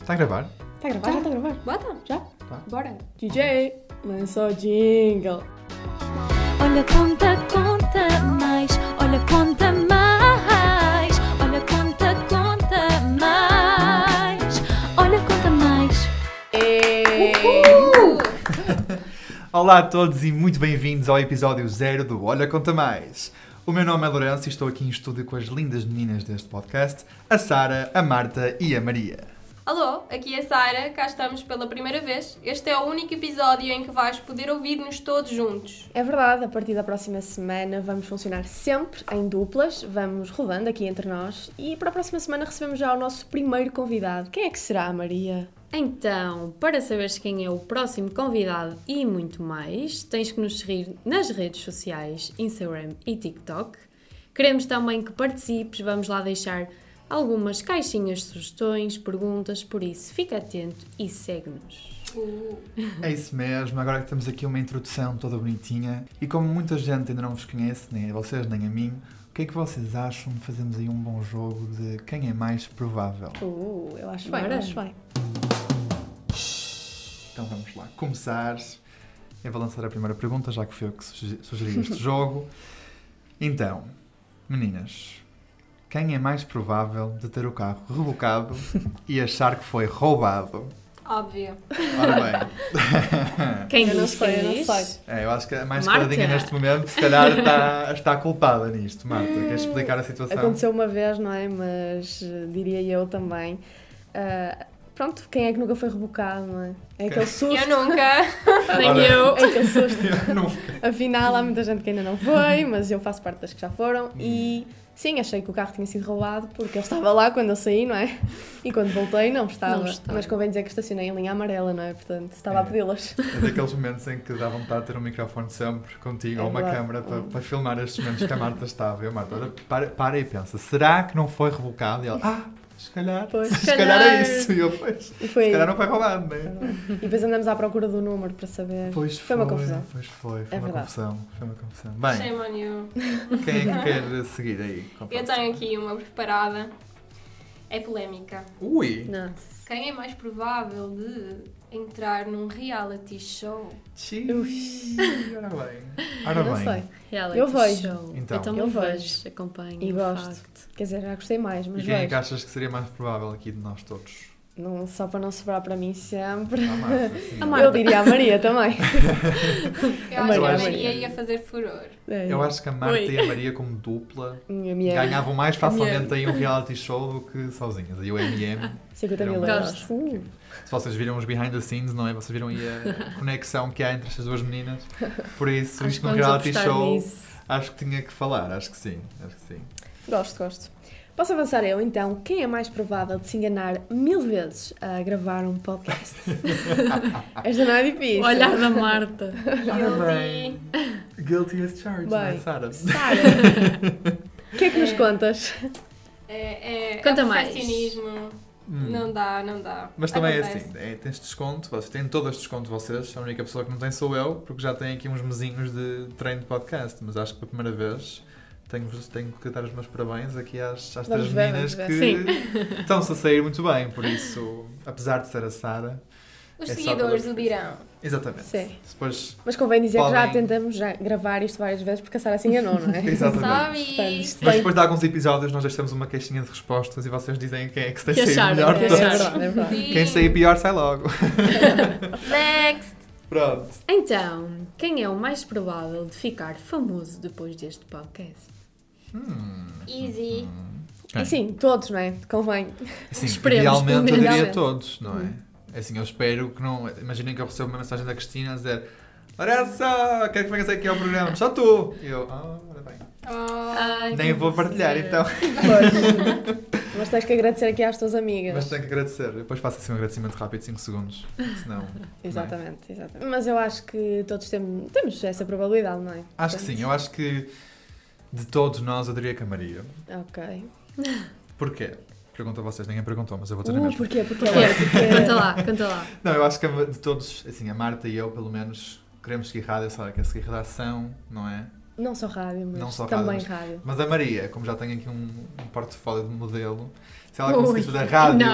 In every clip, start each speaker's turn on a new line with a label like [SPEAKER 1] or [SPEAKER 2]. [SPEAKER 1] Está a gravar?
[SPEAKER 2] Tá a gravar? Já tá a gravar?
[SPEAKER 3] Bota, Tá.
[SPEAKER 2] Já?
[SPEAKER 3] bora.
[SPEAKER 2] DJ, lança o jingle.
[SPEAKER 4] Olha, conta, conta mais. Olha, conta mais. Olha, conta, conta mais. Olha, conta mais.
[SPEAKER 1] Olá a todos e muito bem-vindos ao episódio zero do Olha Conta Mais. O meu nome é Lourenço e estou aqui em estúdio com as lindas meninas deste podcast, a Sara, a Marta e a Maria.
[SPEAKER 3] Alô, aqui é a Sara, cá estamos pela primeira vez. Este é o único episódio em que vais poder ouvir-nos todos juntos.
[SPEAKER 2] É verdade, a partir da próxima semana vamos funcionar sempre em duplas, vamos rodando aqui entre nós e para a próxima semana recebemos já o nosso primeiro convidado. Quem é que será, Maria?
[SPEAKER 5] Então, para saberes quem é o próximo convidado e muito mais, tens que nos seguir nas redes sociais, Instagram e TikTok. Queremos também que participes, vamos lá deixar algumas caixinhas de sugestões, perguntas, por isso fica atento e segue-nos.
[SPEAKER 1] É isso mesmo, agora que temos aqui uma introdução toda bonitinha e como muita gente ainda não vos conhece, nem a vocês nem a mim, o que é que vocês acham de fazermos aí um bom jogo de quem é mais provável?
[SPEAKER 2] Uh, eu acho
[SPEAKER 5] bem,
[SPEAKER 2] bem,
[SPEAKER 5] eu
[SPEAKER 2] acho
[SPEAKER 5] acho
[SPEAKER 2] bem.
[SPEAKER 1] Então vamos lá, começar. Eu vou lançar a primeira pergunta, já que fui eu que suge- sugeri este jogo. Então, meninas, quem é mais provável de ter o carro rebocado e achar que foi roubado?
[SPEAKER 3] Óbvio.
[SPEAKER 1] Ora bem,
[SPEAKER 5] Quem
[SPEAKER 2] Eu não
[SPEAKER 5] diz,
[SPEAKER 2] sei,
[SPEAKER 5] quem
[SPEAKER 2] eu não
[SPEAKER 5] diz?
[SPEAKER 2] sei.
[SPEAKER 1] é, eu acho que a mais
[SPEAKER 5] Marta.
[SPEAKER 1] caladinha neste momento, se calhar está, está culpada nisto. Marta, queres explicar a situação?
[SPEAKER 2] Aconteceu uma vez, não é? Mas eh, diria eu também. Ah, pronto, quem é que nunca foi rebocado, não é? É aquele susto.
[SPEAKER 3] Eu nunca.
[SPEAKER 5] Nem
[SPEAKER 1] Ora.
[SPEAKER 5] eu.
[SPEAKER 2] É aquele susto.
[SPEAKER 1] Eu não-
[SPEAKER 2] Afinal, há muita gente que ainda não foi, mas eu faço parte das que já foram.
[SPEAKER 1] Hum.
[SPEAKER 2] E sim, achei que o carro tinha sido roubado porque ele estava lá quando eu saí, não é? E quando voltei, não estava.
[SPEAKER 5] Não estava.
[SPEAKER 2] Mas convém dizer que estacionei em linha amarela, não é? Portanto, estava a
[SPEAKER 1] É.
[SPEAKER 2] pedi-las.
[SPEAKER 1] É daqueles momentos em que dá vontade de ter um microfone sempre contigo
[SPEAKER 2] É
[SPEAKER 1] ou uma
[SPEAKER 2] verdade.
[SPEAKER 1] câmera para, para filmar estes momentos que a Marta estava. Eu, Marta, olha, para, para e pensa, será que não foi rebocado? E ela, ah, se calhar,
[SPEAKER 2] Pois,
[SPEAKER 1] se
[SPEAKER 2] se
[SPEAKER 1] calhar é
[SPEAKER 2] calhar."
[SPEAKER 1] isso. E eu, pois, se
[SPEAKER 2] E foi.
[SPEAKER 1] calhar
[SPEAKER 2] aí.
[SPEAKER 1] não foi roubado, né?
[SPEAKER 2] E depois andamos à procura do número para saber.
[SPEAKER 1] Pois
[SPEAKER 2] Foi uma confusão.
[SPEAKER 1] Pois foi, foi
[SPEAKER 2] É
[SPEAKER 1] uma
[SPEAKER 2] verdade.
[SPEAKER 1] confusão. Foi uma confusão. Bem,
[SPEAKER 3] Shame on you.
[SPEAKER 1] quem é que quer seguir aí? Com a
[SPEAKER 3] Eu
[SPEAKER 1] próxima.
[SPEAKER 3] tenho aqui uma preparada. É polémica.
[SPEAKER 1] Ui,
[SPEAKER 5] Nossa.
[SPEAKER 3] Quem é mais provável de entrar num reality show?
[SPEAKER 1] tchim, ora bem. Ora
[SPEAKER 2] Eu não
[SPEAKER 1] bem.
[SPEAKER 2] sei.
[SPEAKER 5] Reality
[SPEAKER 2] Eu vejo.
[SPEAKER 5] Show.
[SPEAKER 1] Então.
[SPEAKER 5] eu também
[SPEAKER 2] Eu vejo.
[SPEAKER 5] vejo, acompanho.
[SPEAKER 2] E
[SPEAKER 5] de
[SPEAKER 2] gosto.
[SPEAKER 5] facto.
[SPEAKER 2] Quer dizer, já gostei mais,
[SPEAKER 1] E
[SPEAKER 2] mas
[SPEAKER 1] quem é que
[SPEAKER 2] vejo.
[SPEAKER 1] achas que seria mais provável aqui de nós todos?
[SPEAKER 2] Não, só para não sobrar para mim sempre.
[SPEAKER 1] A Marta, sim.
[SPEAKER 5] A
[SPEAKER 2] Eu diria a Maria também. A
[SPEAKER 3] Eu acho que a
[SPEAKER 1] Maria.
[SPEAKER 3] Maria ia fazer furor.
[SPEAKER 2] É.
[SPEAKER 1] Eu acho que a Marta
[SPEAKER 5] Oi.
[SPEAKER 1] e a Maria, como dupla,
[SPEAKER 2] Um MM,
[SPEAKER 1] ganhavam mais facilmente
[SPEAKER 5] MM.
[SPEAKER 1] em um reality show do que sozinhas. E o MM,
[SPEAKER 2] 50 mil
[SPEAKER 1] Não.
[SPEAKER 2] euros.
[SPEAKER 5] Gosto.
[SPEAKER 2] Uh,
[SPEAKER 1] se vocês viram os behind the scenes, não é? Vocês viram aí a conexão que há entre estas duas meninas. Por isso,
[SPEAKER 5] Acho que
[SPEAKER 1] isto num
[SPEAKER 5] vamos
[SPEAKER 1] é reality
[SPEAKER 5] apostar
[SPEAKER 1] show,
[SPEAKER 5] nisso.
[SPEAKER 1] acho que tinha que falar. Acho que sim, acho que sim.
[SPEAKER 2] Gosto, gosto. Posso avançar eu então? Quem é mais provável de se enganar mil vezes a gravar um podcast? Esta não é difícil.
[SPEAKER 5] O olhar da Marta.
[SPEAKER 3] Guilty.
[SPEAKER 1] Guilty as charged, não é,
[SPEAKER 2] Bem.
[SPEAKER 1] Sara?
[SPEAKER 5] Sara.
[SPEAKER 2] O que é que nos contas?
[SPEAKER 3] É, é,
[SPEAKER 5] Conta
[SPEAKER 3] é
[SPEAKER 5] mais.
[SPEAKER 3] perfeccionismo.
[SPEAKER 1] Hum.
[SPEAKER 3] Não dá, não dá.
[SPEAKER 1] Mas também é
[SPEAKER 3] Acontece.
[SPEAKER 1] assim, é, tens desconto, vocês têm todas desconto vocês, a única pessoa que não tem sou eu, porque já tenho aqui uns mesinhos de treino de podcast, mas acho que pela primeira vez tenho, tenho que dar os meus parabéns aqui às, às três
[SPEAKER 2] Vamos ver,
[SPEAKER 1] meninas
[SPEAKER 2] vamos
[SPEAKER 5] ver.
[SPEAKER 1] que estão-se a sair muito bem, por isso, apesar de ser a Sara,
[SPEAKER 3] Os
[SPEAKER 1] É só
[SPEAKER 3] seguidores
[SPEAKER 1] pela-
[SPEAKER 3] o dirão.
[SPEAKER 1] exatamente.
[SPEAKER 2] Sim.
[SPEAKER 1] Depois,
[SPEAKER 2] Mas convém dizer que já
[SPEAKER 1] Podem.
[SPEAKER 2] tentamos já gravar isto várias vezes porque a Sara se enganou, não é?
[SPEAKER 1] Exatamente.
[SPEAKER 3] Tá Sabes?
[SPEAKER 1] mas depois de alguns episódios nós deixamos uma caixinha de respostas e vocês dizem quem é que se tem
[SPEAKER 5] Que
[SPEAKER 1] saído
[SPEAKER 5] acharam,
[SPEAKER 1] melhor.
[SPEAKER 5] que
[SPEAKER 2] É
[SPEAKER 1] todos.
[SPEAKER 5] acharam.
[SPEAKER 2] verdade, é verdade.
[SPEAKER 1] Quem sair pior sai logo.
[SPEAKER 3] Next.
[SPEAKER 1] Pronto.
[SPEAKER 5] Então, quem é o mais provável de ficar famoso depois deste podcast?
[SPEAKER 3] Easy.
[SPEAKER 1] Quem?
[SPEAKER 2] E sim, todos, não é? Convém.
[SPEAKER 1] Sim,
[SPEAKER 5] Esperemos,
[SPEAKER 1] Assim, idealmente eu
[SPEAKER 5] pelo menos.
[SPEAKER 1] diria
[SPEAKER 2] Idealmente.
[SPEAKER 1] todos, não
[SPEAKER 5] Hum.
[SPEAKER 1] é? Assim, eu espero que não. Imaginem que eu recebo uma mensagem da Cristina a dizer: Larissa, quero que venhas aqui ao programa, só tu! E eu, ah, ora bem.
[SPEAKER 3] Oh,
[SPEAKER 5] Ai,
[SPEAKER 1] Nem
[SPEAKER 5] que
[SPEAKER 1] vou partilhar
[SPEAKER 5] prazer.
[SPEAKER 1] então.
[SPEAKER 2] Pois. Mas tens que agradecer aqui às tuas amigas.
[SPEAKER 1] Mas tenho que agradecer. Eu Depois faço assim um agradecimento rápido de 5 segundos. Senão.
[SPEAKER 2] Exatamente, exatamente. Mas eu acho que todos temos, temos essa probabilidade, não é?
[SPEAKER 1] Acho que sim, eu acho que de todos nós eu diria que a Maria.
[SPEAKER 2] Ok.
[SPEAKER 1] Porquê? Pergunto a vocês, ninguém perguntou, mas eu vou dizer a
[SPEAKER 2] Uh,
[SPEAKER 1] mesmo.
[SPEAKER 2] porquê? Porquê?
[SPEAKER 5] Porquê? Canta
[SPEAKER 2] Porque...
[SPEAKER 5] lá, canta lá.
[SPEAKER 1] Não, eu acho que a- de todos, assim, a Marta e eu, pelo menos, queremos seguir rádio, sabe? Que a seguir redação, não é?
[SPEAKER 2] Não só rádio, mas
[SPEAKER 1] Não só
[SPEAKER 2] também
[SPEAKER 1] rádio,
[SPEAKER 2] rádio.
[SPEAKER 1] Mas a Maria, como já tem aqui um, um portfólio de modelo, se ela
[SPEAKER 5] Ui,
[SPEAKER 1] conseguisse fazer rádio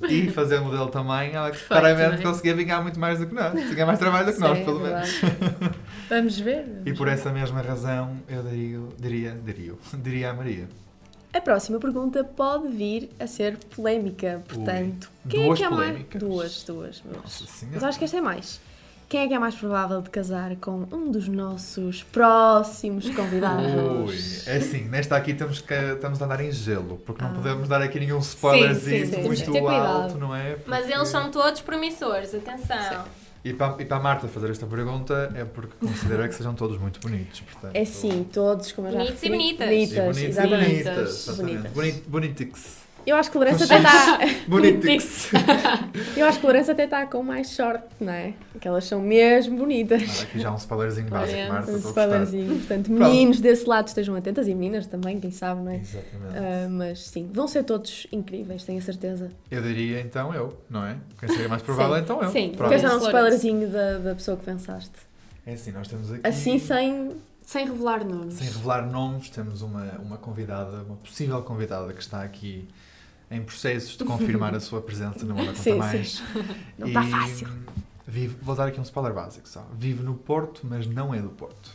[SPEAKER 5] Não.
[SPEAKER 1] e fazer modelo também, ela
[SPEAKER 5] Perfeito,
[SPEAKER 1] claramente
[SPEAKER 5] não é?
[SPEAKER 1] conseguia vingar muito mais do que nós. Tinha mais trabalho do que nós,
[SPEAKER 2] Sim,
[SPEAKER 1] pelo
[SPEAKER 2] é
[SPEAKER 1] menos.
[SPEAKER 2] verdade.
[SPEAKER 5] Vamos ver.
[SPEAKER 1] E por essa mesma razão, eu diria, diria, diria, diria à Maria.
[SPEAKER 2] A próxima pergunta pode vir a ser polémica, portanto, quem
[SPEAKER 1] duas
[SPEAKER 2] é que é
[SPEAKER 1] polémicas?
[SPEAKER 2] mais. Duas, duas. mas-
[SPEAKER 1] Nossa
[SPEAKER 2] Mas
[SPEAKER 1] Senhora.
[SPEAKER 2] acho que esta é mais. Quem é que é mais provável de casar com um dos nossos próximos convidados?
[SPEAKER 1] Ui, é assim, nesta aqui temos que, estamos a andar em gelo, porque não
[SPEAKER 2] Ah.
[SPEAKER 1] podemos dar aqui nenhum spoilerzinho
[SPEAKER 5] sim,
[SPEAKER 2] sim.
[SPEAKER 5] Temos que ter
[SPEAKER 1] muito
[SPEAKER 5] cuidado.
[SPEAKER 1] alto, não é?
[SPEAKER 3] Mas
[SPEAKER 1] Porque-
[SPEAKER 3] eles são todos promissores, atenção.
[SPEAKER 1] E para, e para a Marta fazer esta pergunta é porque considera que sejam todos muito bonitos, portanto.
[SPEAKER 2] É sim, todos, como eu já
[SPEAKER 3] Bonitos e
[SPEAKER 2] referi,
[SPEAKER 3] bonitas.
[SPEAKER 1] E bonitos,
[SPEAKER 2] Bonitas, exatamente.
[SPEAKER 1] bonitas, exatamente.
[SPEAKER 2] Bonitas.
[SPEAKER 1] Boni- Bonitix.
[SPEAKER 2] Eu acho que Lourença até está.
[SPEAKER 1] Bonitix.
[SPEAKER 2] Eu acho que Lourença até está com mais sorte, não é? Que elas são mesmo bonitas.
[SPEAKER 1] Olha, aqui já um spoilerzinho básico,
[SPEAKER 5] Olha,
[SPEAKER 1] Marta.
[SPEAKER 2] Um
[SPEAKER 1] estou a gostar.
[SPEAKER 2] spoilerzinho. Portanto, meninos desse lado estejam atentas e meninas também, quem sabe, não é?
[SPEAKER 1] Exatamente.
[SPEAKER 2] Ah, mas sim, vão ser todos incríveis, tenho a certeza.
[SPEAKER 1] Eu diria então eu, não é? Quem seria mais provável
[SPEAKER 5] Sim,
[SPEAKER 1] então eu.
[SPEAKER 5] sim.
[SPEAKER 1] Pronto.
[SPEAKER 2] Queres dar um
[SPEAKER 5] Lourença.
[SPEAKER 2] spoilerzinho da, da pessoa que pensaste?
[SPEAKER 1] É assim, nós temos aqui.
[SPEAKER 2] Assim, sem.
[SPEAKER 5] Sem revelar nomes.
[SPEAKER 1] Sem revelar nomes, temos uma, uma convidada, uma possível convidada que está aqui em processos de confirmar a sua presença no Hora Conta
[SPEAKER 2] Sim, sim.
[SPEAKER 1] Mais.
[SPEAKER 2] Não está fácil.
[SPEAKER 1] Vive, vou dar aqui um spoiler básico só. Vive no Porto, mas não é do Porto.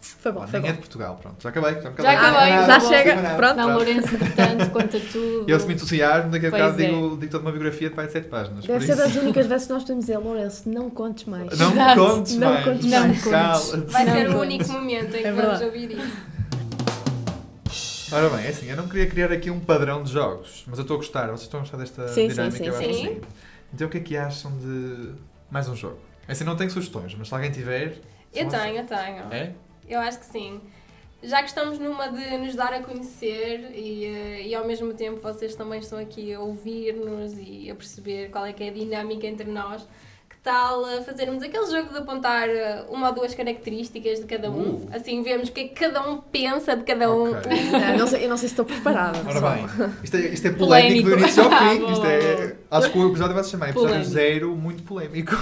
[SPEAKER 2] Foi bom,
[SPEAKER 1] Bom,
[SPEAKER 2] foi
[SPEAKER 1] nem
[SPEAKER 2] bom.
[SPEAKER 1] é de Portugal, pronto. Já acabei. Já,
[SPEAKER 5] Já acabei,
[SPEAKER 1] Ah,
[SPEAKER 5] já
[SPEAKER 1] bom,
[SPEAKER 2] chega,
[SPEAKER 1] não,
[SPEAKER 2] pronto.
[SPEAKER 5] Não, Lourenço, portanto, conta tudo.
[SPEAKER 1] Eu se me entusiasmo, daqui a
[SPEAKER 5] Pois
[SPEAKER 1] bocado
[SPEAKER 5] é.
[SPEAKER 1] digo, digo toda uma biografia de mais de 7 páginas.
[SPEAKER 2] Deve
[SPEAKER 1] por
[SPEAKER 2] ser
[SPEAKER 1] isso,
[SPEAKER 2] das únicas vezes que nós podemos dizer, Lourenço, não contes mais.
[SPEAKER 1] não me
[SPEAKER 5] Exato.
[SPEAKER 1] contes
[SPEAKER 2] Não
[SPEAKER 1] mais.
[SPEAKER 2] contes
[SPEAKER 5] mais.
[SPEAKER 1] Não cala-te.
[SPEAKER 3] Vai
[SPEAKER 2] Não,
[SPEAKER 3] ser o
[SPEAKER 2] não.
[SPEAKER 3] único momento em que
[SPEAKER 2] É
[SPEAKER 3] vamos
[SPEAKER 2] verdade.
[SPEAKER 3] ouvir isso.
[SPEAKER 1] Ora bem, é assim, eu não queria criar aqui um padrão de jogos, mas eu estou a gostar. Vocês estão a gostar desta
[SPEAKER 2] Sim, sim,
[SPEAKER 1] dinâmica?
[SPEAKER 2] sim,
[SPEAKER 1] eu acho
[SPEAKER 3] sim.
[SPEAKER 1] que Então o que é que acham de mais um jogo? É Assim, não tenho sugestões, mas se alguém tiver...
[SPEAKER 3] Eu
[SPEAKER 1] são-
[SPEAKER 3] tenho, eu tenho.
[SPEAKER 1] É?
[SPEAKER 3] Eu acho que sim. Já que estamos numa de nos dar a conhecer e, eh, e ao mesmo tempo vocês também estão aqui a ouvir-nos e a perceber qual é que é a dinâmica entre nós, que tal eh, fazermos aquele jogo de apontar eh, uma ou duas características de cada um?
[SPEAKER 1] Uh.
[SPEAKER 3] Assim vemos o que é que cada um pensa de cada um.
[SPEAKER 1] Ok.
[SPEAKER 2] Não,
[SPEAKER 5] É,
[SPEAKER 2] eu não sei, eu não sei se estou preparada.
[SPEAKER 1] Ora
[SPEAKER 2] pessoal.
[SPEAKER 1] bem, isto é, isto é polémico do
[SPEAKER 5] Polémico.
[SPEAKER 1] início ao fim.
[SPEAKER 2] Ah,
[SPEAKER 5] Boa,
[SPEAKER 1] Isto é, acho que o episódio vai se chamar Episódio
[SPEAKER 5] Polémico.
[SPEAKER 1] Zero, muito polémico.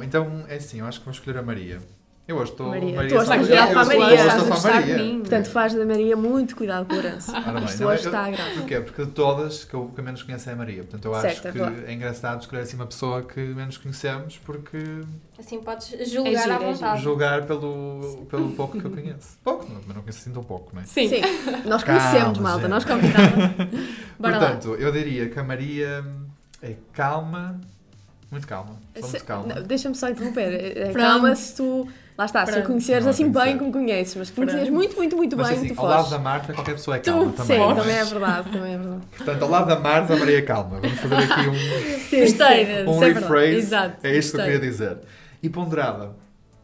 [SPEAKER 1] então, é assim, eu acho que vou escolher a Maria. Eu hoje estou.
[SPEAKER 2] Maria.
[SPEAKER 1] Maria
[SPEAKER 2] Tu hoje
[SPEAKER 1] sabe-
[SPEAKER 2] estás virado
[SPEAKER 1] eu-
[SPEAKER 2] para a
[SPEAKER 1] eu sou-
[SPEAKER 2] Maria,
[SPEAKER 1] eu
[SPEAKER 2] estás
[SPEAKER 1] sou
[SPEAKER 5] a
[SPEAKER 1] só
[SPEAKER 5] gostar de
[SPEAKER 1] Maria.
[SPEAKER 5] mim.
[SPEAKER 2] Portanto, faz da Maria muito cuidado com o Lourenço.
[SPEAKER 1] Ora bem,
[SPEAKER 2] Isto
[SPEAKER 1] não,
[SPEAKER 2] hoje
[SPEAKER 1] eu-
[SPEAKER 2] está a grave.
[SPEAKER 1] Porquê? Porque de todas, que eu que eu menos conheço é a Maria. Portanto, eu acho
[SPEAKER 2] Certo, é
[SPEAKER 1] que
[SPEAKER 2] verdade.
[SPEAKER 1] é engraçado escolher assim uma pessoa que menos conhecemos, porque
[SPEAKER 3] Assim podes julgar
[SPEAKER 5] giro,
[SPEAKER 3] à
[SPEAKER 5] é giro.
[SPEAKER 2] Ah.
[SPEAKER 3] vontade.
[SPEAKER 1] julgar pelo, pelo pouco que eu conheço. Pouco, não, mas não conheço assim tão pouco, não é?
[SPEAKER 5] Sim.
[SPEAKER 2] Sim, nós
[SPEAKER 1] Calma,
[SPEAKER 2] conhecemos, malta,
[SPEAKER 1] gente.
[SPEAKER 2] nós convidamos.
[SPEAKER 5] Bora lá.
[SPEAKER 1] Portanto, eu diria que a Maria é calma, muito calma. Só muito
[SPEAKER 2] Se-
[SPEAKER 1] calma.
[SPEAKER 2] não, Deixa-me só interromper. É, é,
[SPEAKER 5] Pronto.
[SPEAKER 2] Calma se tu. Lá está, se
[SPEAKER 5] Pronto.
[SPEAKER 2] a conheceres
[SPEAKER 1] Não,
[SPEAKER 2] assim
[SPEAKER 1] tem que
[SPEAKER 2] bem
[SPEAKER 1] ser.
[SPEAKER 2] como conheces, mas que
[SPEAKER 5] Pronto.
[SPEAKER 2] conheces muito, muito, muito
[SPEAKER 1] Mas
[SPEAKER 2] bem,
[SPEAKER 1] assim,
[SPEAKER 2] tu
[SPEAKER 1] ao lado
[SPEAKER 2] foges.
[SPEAKER 1] da Marta, qualquer pessoa é
[SPEAKER 2] Tu,
[SPEAKER 1] calma
[SPEAKER 2] sim,
[SPEAKER 1] também. não é?
[SPEAKER 2] também é verdade, também é verdade.
[SPEAKER 1] Portanto, ao lado da Marta, a Maria é calma. Vamos fazer aqui um,
[SPEAKER 2] Sim,
[SPEAKER 5] Gostei desse,
[SPEAKER 1] um
[SPEAKER 5] é verdade.
[SPEAKER 1] rephrase.
[SPEAKER 5] Exato.
[SPEAKER 1] É isto que eu
[SPEAKER 5] gostei.
[SPEAKER 1] queria dizer. E ponderada.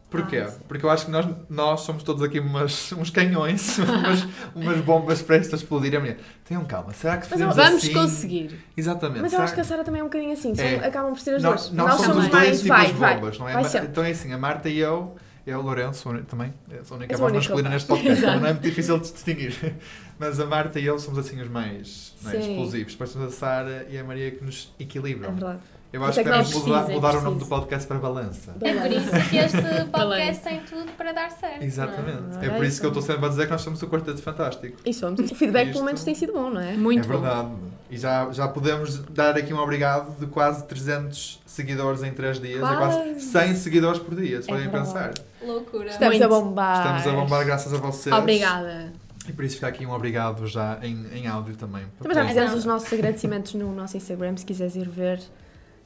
[SPEAKER 1] Porquê?
[SPEAKER 5] Ah, sim.
[SPEAKER 1] Porque eu acho que nós, nós somos todos aqui umas, uns canhões, umas, umas bombas prestes a explodir. A Maria, tenham calma. Será que
[SPEAKER 2] Mas eu-
[SPEAKER 1] fazemos
[SPEAKER 5] Vamos
[SPEAKER 1] assim?
[SPEAKER 5] conseguir.
[SPEAKER 1] Exatamente.
[SPEAKER 2] Mas eu
[SPEAKER 1] será
[SPEAKER 2] acho que a Sara também é um bocadinho assim, são-
[SPEAKER 1] É.
[SPEAKER 2] acabam por ser as
[SPEAKER 1] Nós,
[SPEAKER 2] duas.
[SPEAKER 1] nós somos os
[SPEAKER 5] somos
[SPEAKER 1] dois
[SPEAKER 2] mais,
[SPEAKER 1] tipo
[SPEAKER 2] vai,
[SPEAKER 1] as
[SPEAKER 2] vai.
[SPEAKER 1] bombas, não é?
[SPEAKER 2] Vai
[SPEAKER 1] Ma-
[SPEAKER 2] sempre.
[SPEAKER 1] Então é assim, a Marta e eu, eu, o Lourenço, o- também, é a única
[SPEAKER 2] És o
[SPEAKER 1] voz
[SPEAKER 2] único.
[SPEAKER 1] masculina neste podcast, também não é muito difícil de distinguir. Mas a Marta e eu somos assim os mais, mais
[SPEAKER 5] Sim.
[SPEAKER 1] explosivos. Depois temos a Sara e a Maria que nos
[SPEAKER 2] É
[SPEAKER 1] equilibram.
[SPEAKER 2] verdade.
[SPEAKER 1] eu
[SPEAKER 2] Mas
[SPEAKER 1] acho que
[SPEAKER 2] é que não é
[SPEAKER 1] devemos
[SPEAKER 5] preciso,
[SPEAKER 1] mudar,
[SPEAKER 5] é
[SPEAKER 1] mudar o nome do
[SPEAKER 5] preciso.
[SPEAKER 1] podcast para Balança.
[SPEAKER 3] É por isso que este podcast tem tudo para dar certo. não é?
[SPEAKER 1] Exatamente. É
[SPEAKER 2] Ah,
[SPEAKER 1] por isso que eu
[SPEAKER 2] isso.
[SPEAKER 1] estou sempre a dizer que nós somos o Quarteto Fantástico.
[SPEAKER 2] E somos. O feedback
[SPEAKER 1] Isto-
[SPEAKER 2] pelo menos tem sido bom, não é?
[SPEAKER 1] É
[SPEAKER 5] Muito bom.
[SPEAKER 1] verdade. E já, já podemos dar aqui um obrigado de quase 300 seguidores em 3 dias. É quase
[SPEAKER 2] Quase.
[SPEAKER 1] 100 seguidores por dia, se
[SPEAKER 2] É
[SPEAKER 1] podem
[SPEAKER 2] verdade.
[SPEAKER 1] pensar.
[SPEAKER 3] Loucura.
[SPEAKER 2] Estamos
[SPEAKER 5] Muito.
[SPEAKER 2] a bombar.
[SPEAKER 1] Estamos a bombar graças a vocês.
[SPEAKER 5] Obrigada.
[SPEAKER 1] E por isso fica aqui um obrigado já em, em áudio também. é
[SPEAKER 2] Também já fizemos
[SPEAKER 3] Então-
[SPEAKER 2] os nossos agradecimentos no nosso Instagram, se quiseres ir ver.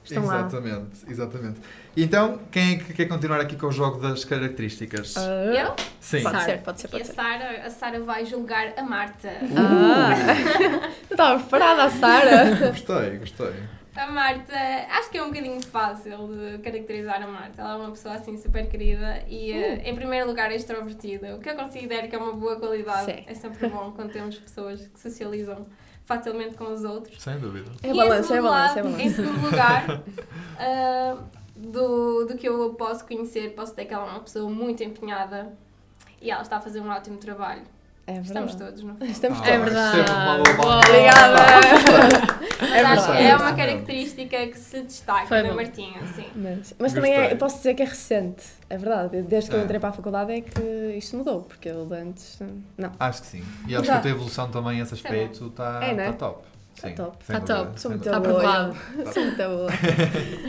[SPEAKER 2] Estão lá.
[SPEAKER 1] Exatamente, exatamente. E então, quem é que quer continuar aqui com o jogo das características?
[SPEAKER 2] Ah,
[SPEAKER 3] Eu?
[SPEAKER 1] Sim.
[SPEAKER 2] Pode
[SPEAKER 5] Sara.
[SPEAKER 2] ser, pode ser,
[SPEAKER 3] E a
[SPEAKER 2] pode ser.
[SPEAKER 3] Sara, a Sara vai julgar a Marta.
[SPEAKER 1] Uh!
[SPEAKER 2] Ah. Não estava preparada a Sara.
[SPEAKER 1] Gostei, gostei.
[SPEAKER 3] A Marta, acho que é um bocadinho fácil de caracterizar a Marta. Ela é uma pessoa assim super querida e, eh, em primeiro lugar, é extrovertida. O que eu considero que é uma boa qualidade.
[SPEAKER 2] Sim.
[SPEAKER 3] É sempre bom quando temos pessoas que socializam facilmente com os outros.
[SPEAKER 1] Sem dúvida.
[SPEAKER 2] É
[SPEAKER 3] E em
[SPEAKER 2] balanço, é
[SPEAKER 3] segundo
[SPEAKER 2] balanço, é
[SPEAKER 3] lado-
[SPEAKER 2] balanço.
[SPEAKER 3] Em segundo lugar, ah, do, do que eu posso conhecer, posso dizer que ela é uma pessoa muito empenhada e ela está a fazer um ótimo trabalho.
[SPEAKER 2] É
[SPEAKER 3] Estamos
[SPEAKER 2] verdade.
[SPEAKER 3] todos, não
[SPEAKER 2] Estamos
[SPEAKER 1] Ah,
[SPEAKER 2] todos.
[SPEAKER 5] É verdade.
[SPEAKER 1] sempre uma boa Ah,
[SPEAKER 5] Boa.
[SPEAKER 1] volta.
[SPEAKER 2] Obrigada.
[SPEAKER 3] Mas acho que
[SPEAKER 1] verdade.
[SPEAKER 3] é uma
[SPEAKER 1] Sim.
[SPEAKER 3] característica que se
[SPEAKER 5] Foi
[SPEAKER 3] destaca na
[SPEAKER 5] bom.
[SPEAKER 3] Martinha, sim.
[SPEAKER 2] Mas, mas também é,
[SPEAKER 1] Gostei.
[SPEAKER 2] eu posso dizer que é recente, é verdade. Desde que eu
[SPEAKER 1] É.
[SPEAKER 2] entrei para a faculdade é que isto mudou, porque eu de antes. hum, Não,
[SPEAKER 1] Acho que sim. E acho que a tua evolução também, esse
[SPEAKER 3] Sei lá.
[SPEAKER 1] aspecto, está
[SPEAKER 2] É, não é?
[SPEAKER 1] top. Sim,
[SPEAKER 2] top.
[SPEAKER 1] sem
[SPEAKER 5] Tá
[SPEAKER 1] dúvida,
[SPEAKER 5] top.
[SPEAKER 1] sem
[SPEAKER 2] sou muito
[SPEAKER 1] dúvida.
[SPEAKER 5] Tá
[SPEAKER 2] boa.
[SPEAKER 5] aprovado.
[SPEAKER 2] Então eu. Sou muito boa.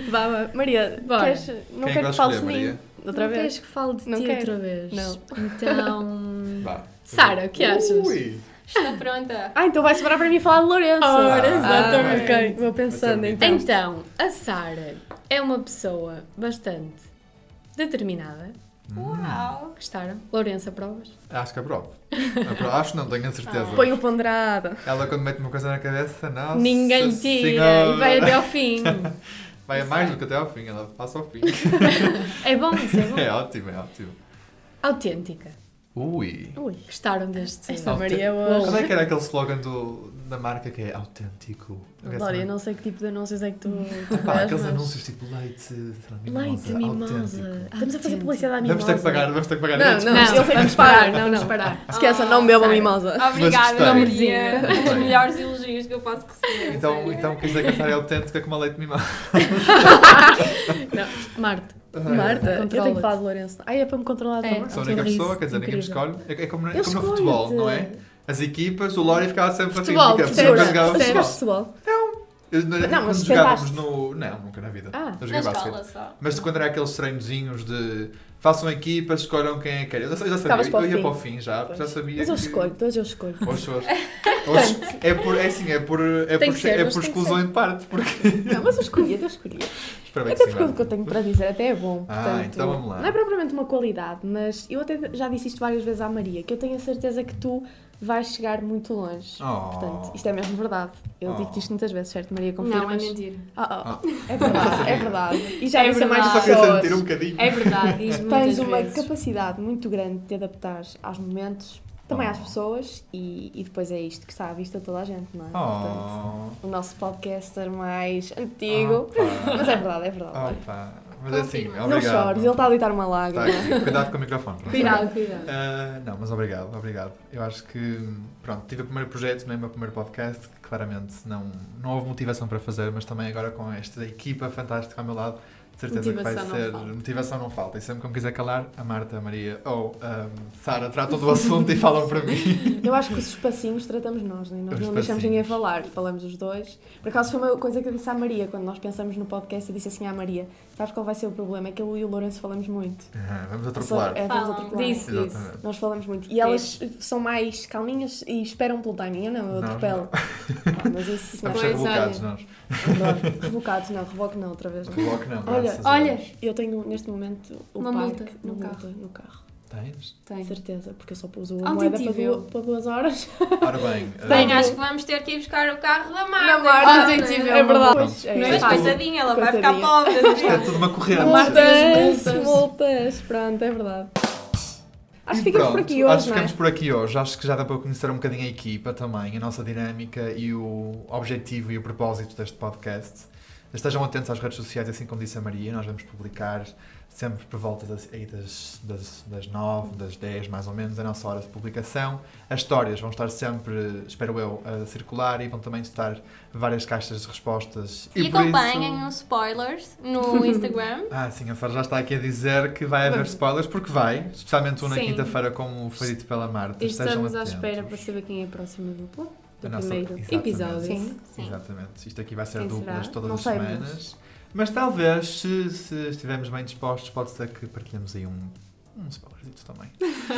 [SPEAKER 2] então Vá, Ma- Maria,
[SPEAKER 5] Bora.
[SPEAKER 2] queres, não
[SPEAKER 6] Quem é que
[SPEAKER 2] quero
[SPEAKER 6] vai
[SPEAKER 2] que fales de
[SPEAKER 6] escolher,
[SPEAKER 2] mim.
[SPEAKER 6] Maria?
[SPEAKER 2] Outra
[SPEAKER 5] não
[SPEAKER 2] vez.
[SPEAKER 5] queres que fale de
[SPEAKER 2] Não
[SPEAKER 5] ti
[SPEAKER 2] quero.
[SPEAKER 5] outra vez?
[SPEAKER 2] Não.
[SPEAKER 5] Então...
[SPEAKER 6] Vá.
[SPEAKER 5] Sara, o que achas?
[SPEAKER 6] Ui.
[SPEAKER 3] Estou pronta.
[SPEAKER 2] Ah, então vai sobrar para mim falar de Lourenço.
[SPEAKER 5] Ora,
[SPEAKER 6] exatamente.
[SPEAKER 2] Ah, ok. Vou pensando
[SPEAKER 6] Vai ser
[SPEAKER 2] então.
[SPEAKER 5] Então, a Sara é uma pessoa bastante determinada.
[SPEAKER 1] Hum.
[SPEAKER 3] Uau!
[SPEAKER 5] Gostaram? Lourença, provas?
[SPEAKER 1] Acho que é aprovo. Apro- Acho não, tenho a
[SPEAKER 5] Ah.
[SPEAKER 1] certeza.
[SPEAKER 2] Põe o ponderado.
[SPEAKER 1] Ela quando mete uma coisa na cabeça, nossa
[SPEAKER 5] Ninguém tira
[SPEAKER 1] senhora.
[SPEAKER 5] e vai até ao fim.
[SPEAKER 1] Vai a mais do que até ao fim, ela passa ao fim.
[SPEAKER 5] É bom isso, é bom.
[SPEAKER 1] é ótimo, é ótimo.
[SPEAKER 5] Autêntica.
[SPEAKER 1] Ui.
[SPEAKER 2] Ui.
[SPEAKER 5] Gostaram deste?
[SPEAKER 2] Esta
[SPEAKER 1] Autê-
[SPEAKER 2] Maria
[SPEAKER 1] Como é
[SPEAKER 2] hoje.
[SPEAKER 1] que era aquele slogan do, da marca que é autêntico?
[SPEAKER 2] Lória, não sei que tipo de anúncios é que tu, tu
[SPEAKER 1] Pá,
[SPEAKER 2] vês,
[SPEAKER 1] aqueles
[SPEAKER 2] mas-
[SPEAKER 1] anúncios tipo leite, sei lá,
[SPEAKER 5] Leite
[SPEAKER 1] mimosa,
[SPEAKER 5] mimosa.
[SPEAKER 1] autêntico.
[SPEAKER 2] Estamos a fazer
[SPEAKER 5] Autêntica.
[SPEAKER 2] publicidade à mimosa.
[SPEAKER 1] Vamos ter que pagar, vamos ter que pagar.
[SPEAKER 2] Não,
[SPEAKER 1] direitos
[SPEAKER 5] Não,
[SPEAKER 1] para isto.
[SPEAKER 2] Ah, eu sei que vamos
[SPEAKER 5] vamos parar,
[SPEAKER 2] parar,
[SPEAKER 5] não, não.
[SPEAKER 2] vamos
[SPEAKER 5] parar.
[SPEAKER 2] Esqueça,
[SPEAKER 3] Ah,
[SPEAKER 2] não bebam
[SPEAKER 5] Sara.
[SPEAKER 2] mimosa.
[SPEAKER 3] Obrigada,
[SPEAKER 1] gostei.
[SPEAKER 3] Maria.
[SPEAKER 1] Gostei.
[SPEAKER 3] Os melhores elogios que eu posso receber.
[SPEAKER 1] Então,
[SPEAKER 3] sério.
[SPEAKER 1] então quer dizer que a Sara é autêntica como a leite mimosa.
[SPEAKER 5] Marta.
[SPEAKER 1] Ah,
[SPEAKER 2] Marta, eu tenho
[SPEAKER 5] Controla-te.
[SPEAKER 2] que falar de Lourenço. Ai, é para me controlar
[SPEAKER 5] É.
[SPEAKER 2] também.
[SPEAKER 1] Sou a única
[SPEAKER 5] Aquele
[SPEAKER 1] pessoa,
[SPEAKER 5] riso
[SPEAKER 1] quer dizer, ninguém me
[SPEAKER 5] incrível.
[SPEAKER 1] escolhe. É, é como, é
[SPEAKER 2] Eu
[SPEAKER 1] como no
[SPEAKER 2] escolho-te.
[SPEAKER 1] futebol, não é? As equipas, o Lori ficava sempre assim,
[SPEAKER 5] Futebol,
[SPEAKER 1] única pessoa
[SPEAKER 5] percebes?
[SPEAKER 1] que jogava
[SPEAKER 5] Percebes?
[SPEAKER 1] futebol.
[SPEAKER 2] Percebes futebol?
[SPEAKER 1] Eu, não,
[SPEAKER 2] Não, mas
[SPEAKER 1] quando jogávamos
[SPEAKER 2] tentaste.
[SPEAKER 1] no. Não, nunca na vida.
[SPEAKER 2] Ah,
[SPEAKER 1] eu
[SPEAKER 3] Na
[SPEAKER 1] joguei basquete.
[SPEAKER 3] escola só.
[SPEAKER 1] Mas quando era aqueles treinozinhos de façam equipas, escolham quem é que quer. Eu já, eu já sabia,
[SPEAKER 2] Ficavas
[SPEAKER 1] eu,
[SPEAKER 2] para o
[SPEAKER 1] ia
[SPEAKER 2] fim.
[SPEAKER 1] para o fim já,
[SPEAKER 2] Pois.
[SPEAKER 1] já sabia.
[SPEAKER 2] Mas eu
[SPEAKER 1] que-
[SPEAKER 2] escolho, todos eu escolho.
[SPEAKER 1] Hoje, hoje. hoje é, por, é assim, é por, é
[SPEAKER 5] Tem
[SPEAKER 1] por,
[SPEAKER 5] que ser,
[SPEAKER 1] é
[SPEAKER 5] mas
[SPEAKER 1] por
[SPEAKER 5] tem que
[SPEAKER 1] exclusão de parte. Porque...
[SPEAKER 2] Não, mas eu escolhi, eu escolhi.
[SPEAKER 1] Espera bem que
[SPEAKER 2] Até
[SPEAKER 1] sim,
[SPEAKER 2] porque o
[SPEAKER 1] vá.
[SPEAKER 2] que eu tenho para dizer até é bom.
[SPEAKER 1] Ah,
[SPEAKER 2] portanto,
[SPEAKER 1] então vamos lá.
[SPEAKER 2] Não é propriamente uma qualidade, mas eu até já disse isto várias vezes à Maria, que eu tenho a certeza que tu vais chegar muito longe.
[SPEAKER 1] Oh.
[SPEAKER 2] Portanto, isto é mesmo verdade. Eu
[SPEAKER 1] Oh.
[SPEAKER 2] digo isto muitas vezes, certo, Maria?
[SPEAKER 5] Não, é
[SPEAKER 2] Confirmas?
[SPEAKER 5] mentira.
[SPEAKER 2] Ah, ah, É verdade, é verdade. E já
[SPEAKER 5] É
[SPEAKER 2] disse a mais
[SPEAKER 5] verdade.
[SPEAKER 1] Só queria
[SPEAKER 2] pessoas.
[SPEAKER 1] sentir um bocadinho.
[SPEAKER 5] É verdade, diz muitas
[SPEAKER 2] Tens uma
[SPEAKER 5] vezes.
[SPEAKER 2] capacidade muito grande de te adaptar aos momentos, também
[SPEAKER 1] Oh.
[SPEAKER 2] às pessoas, e, e depois é isto que está à vista de toda a gente, não é?
[SPEAKER 1] Oh.
[SPEAKER 2] o nosso podcaster mais antigo.
[SPEAKER 1] Opa.
[SPEAKER 2] Mas é verdade, é
[SPEAKER 1] Oh.
[SPEAKER 2] verdade. olha.
[SPEAKER 1] Opa. Mas é assim,
[SPEAKER 3] Confirma.
[SPEAKER 1] obrigado.
[SPEAKER 2] não chores, ele está a deitar uma
[SPEAKER 1] Tá
[SPEAKER 2] lágrima.
[SPEAKER 1] aqui. Cuidado com o microfone. pronto.
[SPEAKER 5] Cuidado, cuidado.
[SPEAKER 1] Ah, não, mas obrigado, obrigado. Eu acho que, pronto, tive o primeiro projeto, não é? o meu primeiro podcast, que claramente não, não houve motivação para fazer, mas também agora com esta equipa fantástica ao meu lado, de certeza que
[SPEAKER 5] Motivação
[SPEAKER 1] vai
[SPEAKER 5] não
[SPEAKER 1] ser.
[SPEAKER 5] falta.
[SPEAKER 1] Motivação não falta. E sempre que me quiser calar, a Marta, a Maria ou a Sara tratam do assunto e falam para mim.
[SPEAKER 2] Eu acho que os espacinhos tratamos nós, né? nós
[SPEAKER 1] Os
[SPEAKER 2] não deixamos
[SPEAKER 1] espacinhos.
[SPEAKER 2] ninguém falar, falamos os dois. Por acaso foi uma coisa que eu disse à Maria, quando nós pensamos no podcast, eu disse assim à Maria: Sabes qual vai ser o problema? É que eu e o Lourenço falamos muito.
[SPEAKER 1] Ah, vamos
[SPEAKER 2] Só-
[SPEAKER 1] atropelar.
[SPEAKER 2] É, vamos
[SPEAKER 3] Falam.
[SPEAKER 2] atropelar.
[SPEAKER 5] Ah, Disse, disse.
[SPEAKER 1] Exatamente.
[SPEAKER 2] Nós falamos muito. E elas são mais calminhas e esperam pelo timing. Eu não, eu
[SPEAKER 1] Nós não.
[SPEAKER 2] atropelo. Ah, mas isso não
[SPEAKER 1] Estamos
[SPEAKER 2] assim.
[SPEAKER 5] Pois,
[SPEAKER 1] a ser revocados,
[SPEAKER 5] olha.
[SPEAKER 1] nós.
[SPEAKER 2] Adoro. Revocados não, revoque não, outra vez. não.
[SPEAKER 1] Revoque não,
[SPEAKER 2] Olha,
[SPEAKER 1] graças a
[SPEAKER 5] olha.
[SPEAKER 1] Deus.
[SPEAKER 2] Eu tenho neste momento o
[SPEAKER 5] Uma
[SPEAKER 2] parque
[SPEAKER 5] multa
[SPEAKER 2] uma
[SPEAKER 5] no
[SPEAKER 2] multa
[SPEAKER 5] carro.
[SPEAKER 2] no carro.
[SPEAKER 1] Tens?
[SPEAKER 5] Tem.
[SPEAKER 2] Certeza, porque eu só pus uma
[SPEAKER 5] Ontem
[SPEAKER 2] moeda para
[SPEAKER 5] tive
[SPEAKER 2] duas, para duas horas.
[SPEAKER 1] Ora bem. ah,
[SPEAKER 3] Bem, acho que vamos ter que ir buscar o carro da Marta.
[SPEAKER 5] Marta.
[SPEAKER 3] Não,
[SPEAKER 5] Ontem
[SPEAKER 3] não.
[SPEAKER 5] tive
[SPEAKER 2] é verdade.
[SPEAKER 1] Pronto,
[SPEAKER 2] Pois,
[SPEAKER 5] não
[SPEAKER 2] é.
[SPEAKER 5] é
[SPEAKER 3] Mas
[SPEAKER 1] Isto-
[SPEAKER 3] coitadinha, ela vai ficar
[SPEAKER 2] Coitadinha.
[SPEAKER 1] Isto é
[SPEAKER 3] pobre.
[SPEAKER 1] tudo uma corrente.
[SPEAKER 5] Multas,
[SPEAKER 2] Multas, multas, pronto, é verdade. Acho que
[SPEAKER 1] E
[SPEAKER 2] ficamos
[SPEAKER 1] pronto,
[SPEAKER 2] por aqui hoje,
[SPEAKER 1] Acho que
[SPEAKER 2] não é?
[SPEAKER 1] ficamos por aqui hoje. Acho que já dá para conhecer um bocadinho a equipa também, a nossa dinâmica e o objetivo e o propósito deste podcast. Estejam atentos às redes sociais, assim como disse a Maria, nós vamos publicar sempre por volta das, aí das, das, das 9, das 10, mais ou menos, a nossa hora de publicação. As histórias vão estar sempre, espero eu, a circular e vão também estar várias caixas de respostas.
[SPEAKER 3] E
[SPEAKER 1] por isso-
[SPEAKER 3] acompanhem os spoilers no Instagram.
[SPEAKER 1] Ah, sim, a Sara já está aqui a dizer que vai haver spoilers, porque vai, especialmente um na
[SPEAKER 5] Sim.
[SPEAKER 1] quinta-feira, como foi dito pela Marta. Estejam
[SPEAKER 5] Estamos à
[SPEAKER 1] atentos.
[SPEAKER 5] espera para saber quem é a próxima dupla do
[SPEAKER 1] A nossa-
[SPEAKER 5] primeiro
[SPEAKER 1] exatamente.
[SPEAKER 5] episódio.
[SPEAKER 2] Sim.
[SPEAKER 3] Sim.
[SPEAKER 1] Exatamente. Isto aqui vai ser
[SPEAKER 5] Quem
[SPEAKER 1] duplas
[SPEAKER 5] será?
[SPEAKER 1] todas
[SPEAKER 2] Não
[SPEAKER 1] as
[SPEAKER 2] sei, mas-
[SPEAKER 1] semanas. Mas talvez, se, se estivermos bem dispostos, pode ser que partilhemos aí um, um spoilerzito também.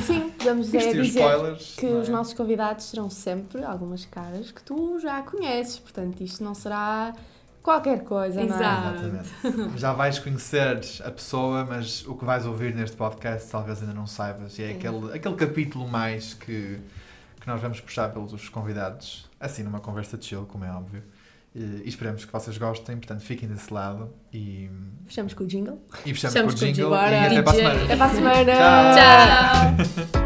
[SPEAKER 2] Sim, podemos é,
[SPEAKER 1] Isto e os
[SPEAKER 2] dizer
[SPEAKER 1] spoilers.
[SPEAKER 2] que
[SPEAKER 1] não
[SPEAKER 2] os
[SPEAKER 1] é?
[SPEAKER 2] nossos convidados serão sempre algumas caras que tu já conheces, portanto isto não será qualquer coisa, não é?
[SPEAKER 5] Exato.
[SPEAKER 1] Exatamente. Já vais conhecer a pessoa, mas o que vais ouvir neste podcast talvez ainda não saibas. E é
[SPEAKER 2] Sim.
[SPEAKER 1] aquele, aquele capítulo mais que, que nós vamos puxar pelos convidados, assim numa conversa de chill, como é óbvio. E, e esperamos que vocês gostem, portanto fiquem desse lado e,
[SPEAKER 2] Fechamos com o jingle.
[SPEAKER 1] e fechamos,
[SPEAKER 5] Fechamos
[SPEAKER 1] com o
[SPEAKER 5] com o
[SPEAKER 1] jingle
[SPEAKER 5] jingle.
[SPEAKER 1] e até para a
[SPEAKER 5] DJ.
[SPEAKER 1] semana.
[SPEAKER 2] Até para a semana!
[SPEAKER 1] Tchau.
[SPEAKER 5] Tchau!